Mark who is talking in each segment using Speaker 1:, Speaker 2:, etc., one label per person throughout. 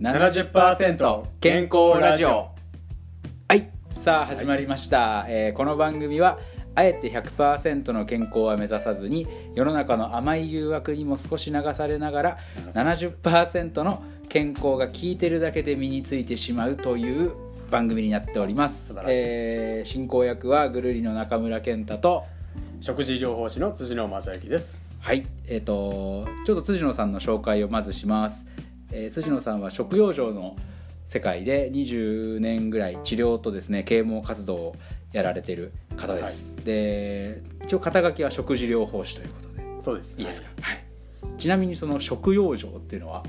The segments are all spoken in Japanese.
Speaker 1: 70%健康ラジオはいさあ
Speaker 2: い
Speaker 1: 始まりました、えーこの番組はあえて100%の健康は目指さずに世の中の甘い誘惑にも少し流されながら70%の健康が効いてるだけで身についてしまうという番組になっております
Speaker 2: 素晴らしい
Speaker 1: えー進行役はぐるりの中村健太と
Speaker 2: 食事療法士の辻野正幸です
Speaker 1: はい、えっ、とちょっと辻野さんの紹介をまずします、えー辻野さんは食養生の世界で20年ぐらい治療とですね啓蒙活動をやられている方です、で一応肩書きは食事療法士ということで
Speaker 2: そうです
Speaker 1: いいですか、はい、ちなみにその食養生っていうのは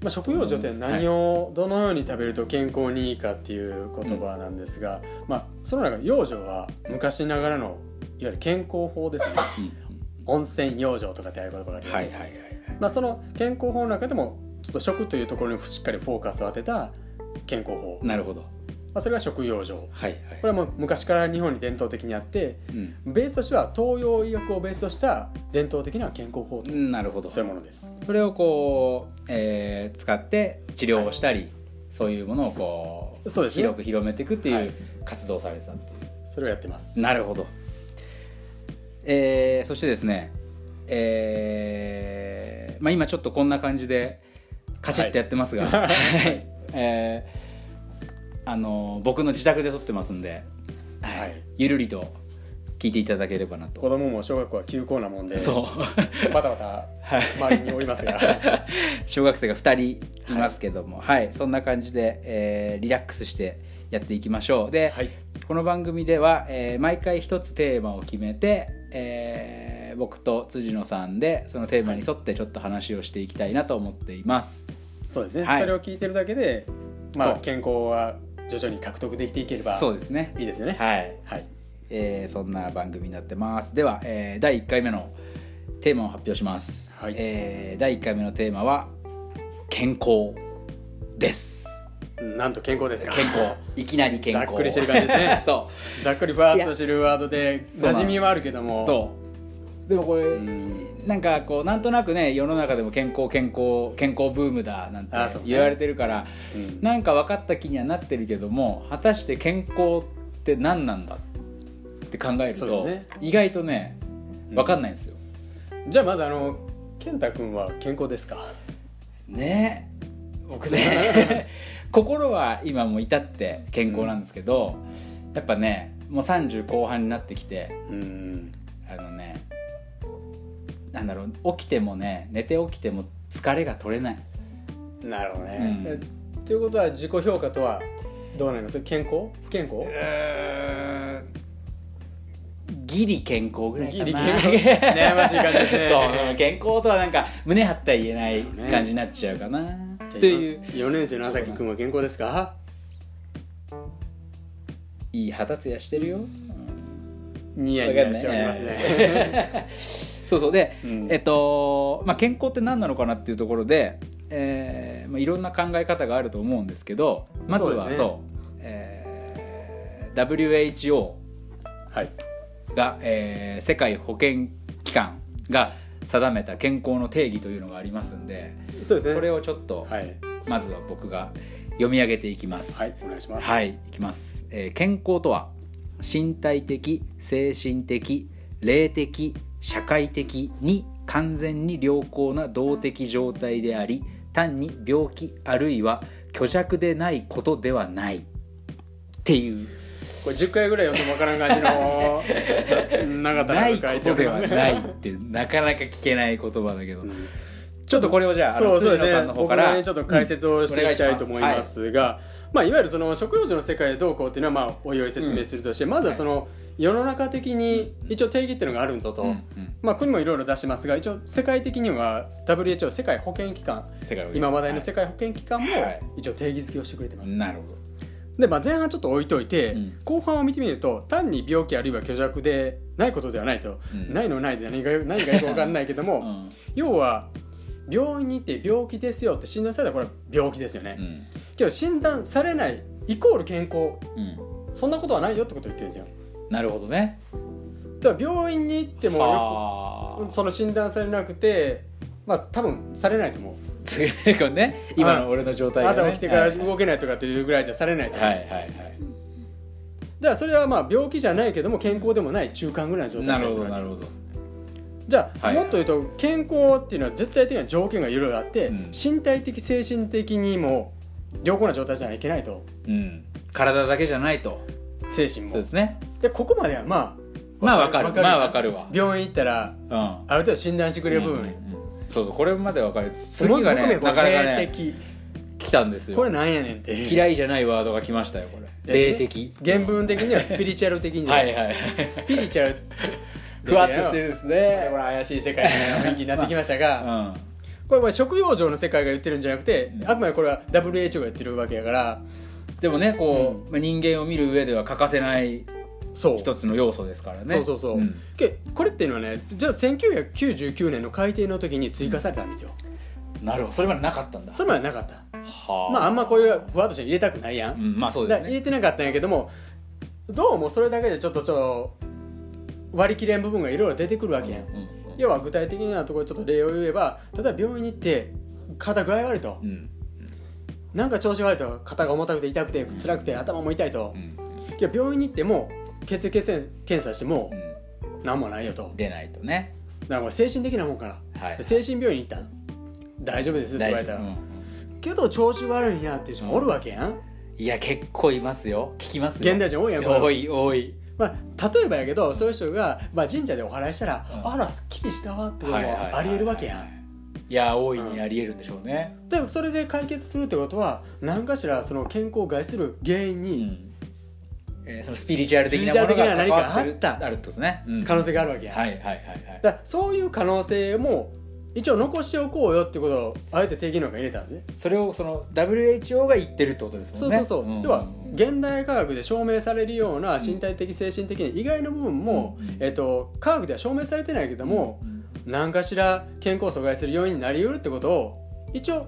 Speaker 2: まあ、食用助って何をどのように食べると健康にいいかっていう言葉なんですが、まあ、その中で養生は昔ながらのいわゆる健康 法ですね温泉養生とかってああいう言葉があります、
Speaker 1: はいはいはい
Speaker 2: まあ、その健康法の中でもちょっと食というところにしっかりフォーカスを当てた健康法、ま
Speaker 1: なるほど
Speaker 2: あ、それが食養生こ
Speaker 1: はいはい
Speaker 2: れはもう昔から日本に伝統的にあって
Speaker 1: うん
Speaker 2: ベースとしては東洋医学をベースとした伝統的な健康法と
Speaker 1: うんなるほど
Speaker 2: そういうものです
Speaker 1: それをこう、えー使って治療をしたり、そういうものをこう
Speaker 2: そうですね
Speaker 1: 広く広めていくって
Speaker 2: はいいう
Speaker 1: 活動をされてたっていう、
Speaker 2: それをやってます
Speaker 1: なるほど、えーそしてですねえーまあ、今ちょっとこんな感じでカチッとやってますが、
Speaker 2: はい
Speaker 1: はいえーあの僕の自宅で撮ってますんで、はい
Speaker 2: はい
Speaker 1: ゆるりと聞いていただければな
Speaker 2: 子
Speaker 1: と、
Speaker 2: 供も小学校は休校なもんで
Speaker 1: そう
Speaker 2: バタバタ
Speaker 1: はい
Speaker 2: 周りにおりますが
Speaker 1: 小学生が2人いますけどもはい、そんな感じで、えーリラックスしてやっていきましょうで、
Speaker 2: はい
Speaker 1: この番組では、えー毎回一つテーマを決めて、えー僕と辻野さんでそのテーマに沿ってちょっと話をしていきたいなと思っています、
Speaker 2: そうですね、
Speaker 1: はい
Speaker 2: それを聞いてるだけで、まあ
Speaker 1: そう、
Speaker 2: 健康は徐々に獲得できていければ
Speaker 1: そうですね
Speaker 2: いいですよね
Speaker 1: はい、
Speaker 2: はい、
Speaker 1: えーそんな番組になってますでは、えー第1回目のテーマを発表します、
Speaker 2: はい
Speaker 1: えー第1回目のテーマは健康です
Speaker 2: なんと健康ですか
Speaker 1: 健康いきなり健康
Speaker 2: ざっくりしてる感じですね
Speaker 1: そ
Speaker 2: ざっくりふわっとしてるワードで
Speaker 1: そうな
Speaker 2: 馴
Speaker 1: の
Speaker 2: 染みはあるけど
Speaker 1: う
Speaker 2: も
Speaker 1: そうでもこれ、
Speaker 2: ん
Speaker 1: なんかこうなんとなくね世の中でも健康健康健康ブームだなんて
Speaker 2: あそうね
Speaker 1: 言われてるから、
Speaker 2: うん
Speaker 1: なんか分かった気にはなってるけども果たして健康って何なんだって考える
Speaker 2: そうだ
Speaker 1: と、
Speaker 2: ね
Speaker 1: 意外とね分かんないんですよ、
Speaker 2: じゃあまずあの健太君は健康ですか
Speaker 1: ね僕ね 心は今も至って健康なんですけど、やっぱねもう30後半になってきて
Speaker 2: うん
Speaker 1: あのねなんだろう起きてもね寝て起きても疲れが取れない
Speaker 2: なるほどね、
Speaker 1: うん
Speaker 2: えということは自己評価とはどうなります健康不健康
Speaker 1: ギリ健康ぐらいかな
Speaker 2: ギリ健康悩ましい感じです ね
Speaker 1: そう健康とはなんか胸張ったら言えない感じになっちゃうかなっていう
Speaker 2: 4年生の朝木君は健康ですか
Speaker 1: いい肌ツヤしてるよ、
Speaker 2: ニヤニヤしておりますね
Speaker 1: そう そうで、
Speaker 2: うん
Speaker 1: えっと、まあ、健康って何なのかなっていうところで、えーまあ、いろんな考え方があると思うんですけどまずは
Speaker 2: そう
Speaker 1: そう,、
Speaker 2: ですね
Speaker 1: えー WHO
Speaker 2: はい
Speaker 1: が、えー世界保健機関が定めた健康の定義というのがありますんで
Speaker 2: そうですね
Speaker 1: それをちょっと、
Speaker 2: はい
Speaker 1: まずは僕が読み上げていきます。
Speaker 2: はいお願いします
Speaker 1: はい、いきます、えー健康とは身体的精神的霊的社会的に完全に良好な動的状態であり単に病気あるいは虚弱でないことではないっていう
Speaker 2: これ10回ぐらい読んでもわからん感 じの長田
Speaker 1: な
Speaker 2: が
Speaker 1: い
Speaker 2: 書い
Speaker 1: こと
Speaker 2: ており
Speaker 1: で
Speaker 2: ま
Speaker 1: は
Speaker 2: す
Speaker 1: ないってなかなか聞けない言葉だけど、
Speaker 2: うん
Speaker 1: ちょっとこれをじゃああの
Speaker 2: そうそう
Speaker 1: 辻
Speaker 2: で
Speaker 1: 野さ
Speaker 2: す
Speaker 1: ん
Speaker 2: ね
Speaker 1: の方
Speaker 2: 僕
Speaker 1: から
Speaker 2: がねちょっと解説をしていきたいと思いますが、まあ、いわゆるその食用事の世界でどうこうっていうのは、まあ、おいおい説明するとして、まずはその世の中的に一応定義っていうのがあるんだと、
Speaker 1: うんうん
Speaker 2: まあ、国もいろいろ出してますが一応世界的には WHO 世界保健機関
Speaker 1: 世界を
Speaker 2: 今話題の世界保健機関も
Speaker 1: はい
Speaker 2: 一応定義づけをしてくれてます、
Speaker 1: なるほ
Speaker 2: で、まあ、前半ちょっと置いといて、
Speaker 1: うん
Speaker 2: 後半を見てみると単に病気あるいは虚弱でないことではないと、
Speaker 1: うん
Speaker 2: ないのないで何が何がよく分かんないけども、
Speaker 1: ど、 うん
Speaker 2: 要は病院に行って病気ですよって診断されたらこれは病気ですよね、
Speaker 1: うん
Speaker 2: けど診断されないイコール健康
Speaker 1: うん、
Speaker 2: そんなことはないよってことを言ってるんですよ
Speaker 1: なるほどね
Speaker 2: ただ病院に行ってもよ
Speaker 1: は
Speaker 2: くその診断されなくてまあ多分されないと思う
Speaker 1: あつげこれね今の俺の状態が、ね、
Speaker 2: 朝起きてから
Speaker 1: はい
Speaker 2: 動けないとかっていうぐらいじゃされないと、
Speaker 1: はいは
Speaker 2: だか
Speaker 1: いはい
Speaker 2: らそれはまあ病気じゃないけども健康でもない中間ぐらいの状
Speaker 1: なる
Speaker 2: 態で
Speaker 1: ほ
Speaker 2: す
Speaker 1: ど
Speaker 2: よね
Speaker 1: なるほど
Speaker 2: じゃあ、
Speaker 1: はい
Speaker 2: もっと言うと健康っていうのは絶対的な条件がいろいろあって、
Speaker 1: うん
Speaker 2: 身体的精神的にも良好な状態じゃいけないと
Speaker 1: うん体だけじゃないと
Speaker 2: 精神
Speaker 1: そう
Speaker 2: も
Speaker 1: ですね
Speaker 2: でここまではまあ
Speaker 1: まあわかるまあわか
Speaker 2: る
Speaker 1: るわ
Speaker 2: 病院行ったら
Speaker 1: うん
Speaker 2: ある程度診断してくれる部分、
Speaker 1: うんうんうんそうそうこれまでわかる次がねな
Speaker 2: 僕
Speaker 1: かなか
Speaker 2: 霊
Speaker 1: ね
Speaker 2: 的
Speaker 1: 来たんですよ
Speaker 2: これなんやねんっていう
Speaker 1: 嫌いじゃないワードが来ましたよこれ
Speaker 2: いや
Speaker 1: 霊的
Speaker 2: 原文的にはスピリチュアル的には
Speaker 1: はいはい
Speaker 2: スピリチュアル
Speaker 1: ふわっとしてるですね
Speaker 2: これ怪しい世界の雰囲気になってきましたが、
Speaker 1: うん
Speaker 2: これは食用場の世界が言ってるんじゃなくて
Speaker 1: うん
Speaker 2: あくまでこれは WHO が言ってるわけやから
Speaker 1: でもねこうまあ人間を見る上では欠かせない
Speaker 2: そう
Speaker 1: 一つの要素ですからね
Speaker 2: そうそうそう、
Speaker 1: ん
Speaker 2: けこれっていうのはねじゃあ1999年の改定の時に追加されたんですよ
Speaker 1: なるほどそれまでなかったんだ
Speaker 2: それまでなかった
Speaker 1: は
Speaker 2: まああんまこういうふわっとしたの入れたくないやん、
Speaker 1: うんまあそう
Speaker 2: だ
Speaker 1: で
Speaker 2: か
Speaker 1: す
Speaker 2: ら入
Speaker 1: ね
Speaker 2: れてなかったんやけどもどうもそれだけでちょっとちょっと割り切れん部分がいろいろ出てくるわけやん、
Speaker 1: うんうん
Speaker 2: 要は具体的なところちょっと例を言えば例えば病院に行って肩具合悪いと、
Speaker 1: うん
Speaker 2: なんか調子悪いと肩が重たくて痛くて辛くて頭も痛い
Speaker 1: う、
Speaker 2: と
Speaker 1: ん
Speaker 2: いや病院に行っても血液検査しても
Speaker 1: う
Speaker 2: 何もないよと
Speaker 1: ん出ないとね
Speaker 2: だからこれ精神的なもんか
Speaker 1: は
Speaker 2: ら、
Speaker 1: い
Speaker 2: 精神病院に行ったの大丈夫ですって言われたら、
Speaker 1: うんうん
Speaker 2: けど調子悪いんやっていう人もおるわけやん
Speaker 1: いや結構いますよ聞きますよ
Speaker 2: 現代人多いやんこれ
Speaker 1: 多い多い
Speaker 2: まあ、例えばやけどそういう人が、まあ、神社でお祓いしたら、
Speaker 1: うん
Speaker 2: あらすっきりしたわってこともありえるわけやん
Speaker 1: んいや大いにありえるんでしょうね
Speaker 2: でもそれで解決するってことは何かしらその健康を害する原
Speaker 1: う
Speaker 2: 因に
Speaker 1: んえーそのスピリチュアル的なもの
Speaker 2: スピリチュア
Speaker 1: が
Speaker 2: ル的
Speaker 1: 関
Speaker 2: な何
Speaker 1: わ
Speaker 2: か
Speaker 1: ってる
Speaker 2: あった
Speaker 1: あるってことですねうん
Speaker 2: 可能性があるわけやん、
Speaker 1: はいはいはいはい
Speaker 2: だからそういう可能性も一応残しておこうよってことをあえて定義の中に入れたんですね
Speaker 1: それをその WHO が言ってるってことです
Speaker 2: そ
Speaker 1: もん
Speaker 2: う
Speaker 1: ね
Speaker 2: そうそう、
Speaker 1: ん
Speaker 2: 要は現代科学で証明されるような身体的精神的に意外な部分も、
Speaker 1: うん
Speaker 2: えっと科学では証明されてないけども、
Speaker 1: うん
Speaker 2: 何かしら健康を阻害する要因になりうるってことを一応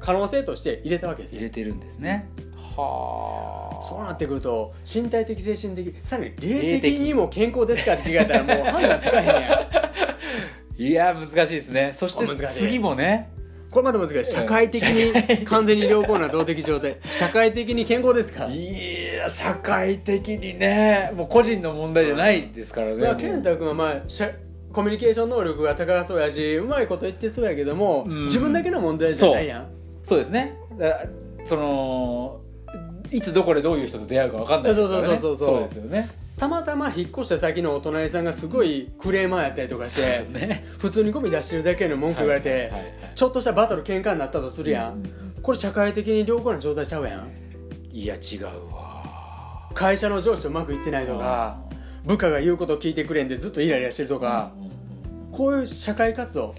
Speaker 2: 可能性として入れたわけです
Speaker 1: 入
Speaker 2: ね
Speaker 1: れてるんですねはあ
Speaker 2: そうなってくると身体的精神的さらに霊
Speaker 1: 霊
Speaker 2: 的
Speaker 1: 的
Speaker 2: にも健康ですかって聞かれたらもう判断つかへんやん
Speaker 1: いや難しいですねそして
Speaker 2: 難しい
Speaker 1: 次もね
Speaker 2: これまで難しい社会的に完全に良好な動的状態社会的に健康ですか
Speaker 1: いや社会的にねもう個人の問題じゃないですからね、
Speaker 2: まあ、健太君はまあしゃコミュニケーション能力が高そうやしうまいこと言ってそうやけども、
Speaker 1: うん
Speaker 2: 自分だけの問題じゃないやん
Speaker 1: そうですねだそのいつどこでどういう人と出会うか分かんないですから、ね、
Speaker 2: そうそうそうそうそう
Speaker 1: ですよね
Speaker 2: たまたま引っ越した先のお隣さんがすごいクレーマーやったりとかし
Speaker 1: そう
Speaker 2: て
Speaker 1: ですね
Speaker 2: 普通にゴミ出してるだけの文句言われて、
Speaker 1: はいはいはい
Speaker 2: ちょっとしたバトル喧嘩になったとするやん、
Speaker 1: うんうん
Speaker 2: これ社会的に良好な状態ちゃうやん
Speaker 1: いや違うわ
Speaker 2: 会社の上司とうまくいってないとか部下が言うこと聞いてくれんでずっとイライラしてるとか
Speaker 1: う、んうんうん
Speaker 2: こういう社会活動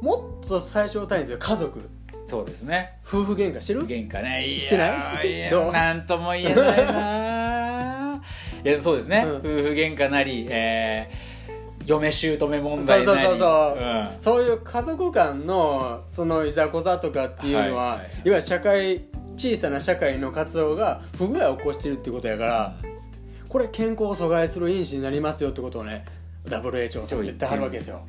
Speaker 2: もっと最小単位で家族
Speaker 1: そうですね
Speaker 2: 夫婦喧嘩してる
Speaker 1: 喧嘩ねいや
Speaker 2: してない
Speaker 1: や
Speaker 2: どう
Speaker 1: なんとも言えないないやそうですね、
Speaker 2: うん
Speaker 1: 夫婦喧嘩なり、えー、嫁姑問題なり
Speaker 2: そうそうそうそ
Speaker 1: ん
Speaker 2: そういう家族間のそのいざこざとかっていうのは、
Speaker 1: はいはい
Speaker 2: い
Speaker 1: はい
Speaker 2: わゆる社会小さな社会の活動が不具合を起こしてるってことやからこれ健康を阻害する因子になりますよってことをね WHO さんが言ってはるわけですよ。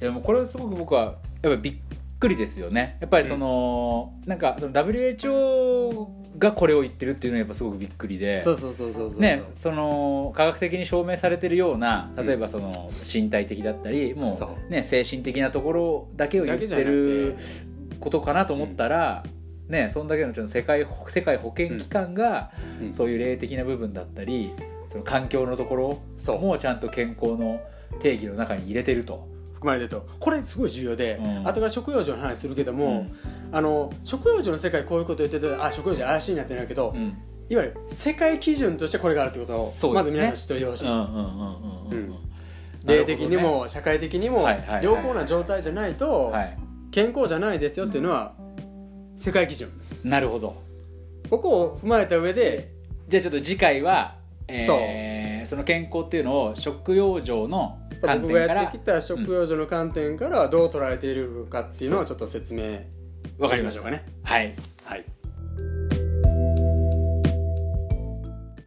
Speaker 1: いやもうこれはすごく僕はやっぱびっくりですよねやっぱりその、なんかその WHO がこれを言ってるっていうのはやっぱすごくびっくりで
Speaker 2: そうそうそうそうそう。
Speaker 1: ね、その科学的に証明されてるような
Speaker 2: うん
Speaker 1: 例えばその身体的だったり、も
Speaker 2: そう
Speaker 1: ね、精神的なところだけを言
Speaker 2: だ
Speaker 1: って
Speaker 2: けじゃな
Speaker 1: る
Speaker 2: くて
Speaker 1: ことかなと思ったら、ね、そんだけのちょっと世界保世界保健機関が、
Speaker 2: うん
Speaker 1: そういう霊的な部分だったりその環境のとこ
Speaker 2: そ
Speaker 1: ろ
Speaker 2: う
Speaker 1: もちゃんと健康の定義の中に入れてると。
Speaker 2: 含まれてるとこれすごい重要で、
Speaker 1: うん
Speaker 2: 後から食用場の話するけども、あの食用場の世界こういうこと言っててあ食用場怪しいなってなるけど、
Speaker 1: うんうん
Speaker 2: いわゆる世界基準としてこれがあるってことを、
Speaker 1: そうですね
Speaker 2: まず皆さん知っておいてほしい。
Speaker 1: うんうんうんうんうんうん
Speaker 2: 霊的に
Speaker 1: なるほ
Speaker 2: も社会的にも
Speaker 1: はいはいはいはい
Speaker 2: 良好な状態じゃない
Speaker 1: ど
Speaker 2: と
Speaker 1: ねはい
Speaker 2: 健康じゃないですよっていうのは世界基準
Speaker 1: なるほど
Speaker 2: ここを踏まえた上で
Speaker 1: じゃあちょっと次回は、えーその健康っていうのを食用上の観
Speaker 2: 僕
Speaker 1: 点か
Speaker 2: がやっ
Speaker 1: ら
Speaker 2: てきた食用所の観点からどう捉えているかっていうのをちょっと説明
Speaker 1: わかり
Speaker 2: していき
Speaker 1: ま
Speaker 2: ま
Speaker 1: し
Speaker 2: し
Speaker 1: た
Speaker 2: ょうかね。
Speaker 1: はい
Speaker 2: はい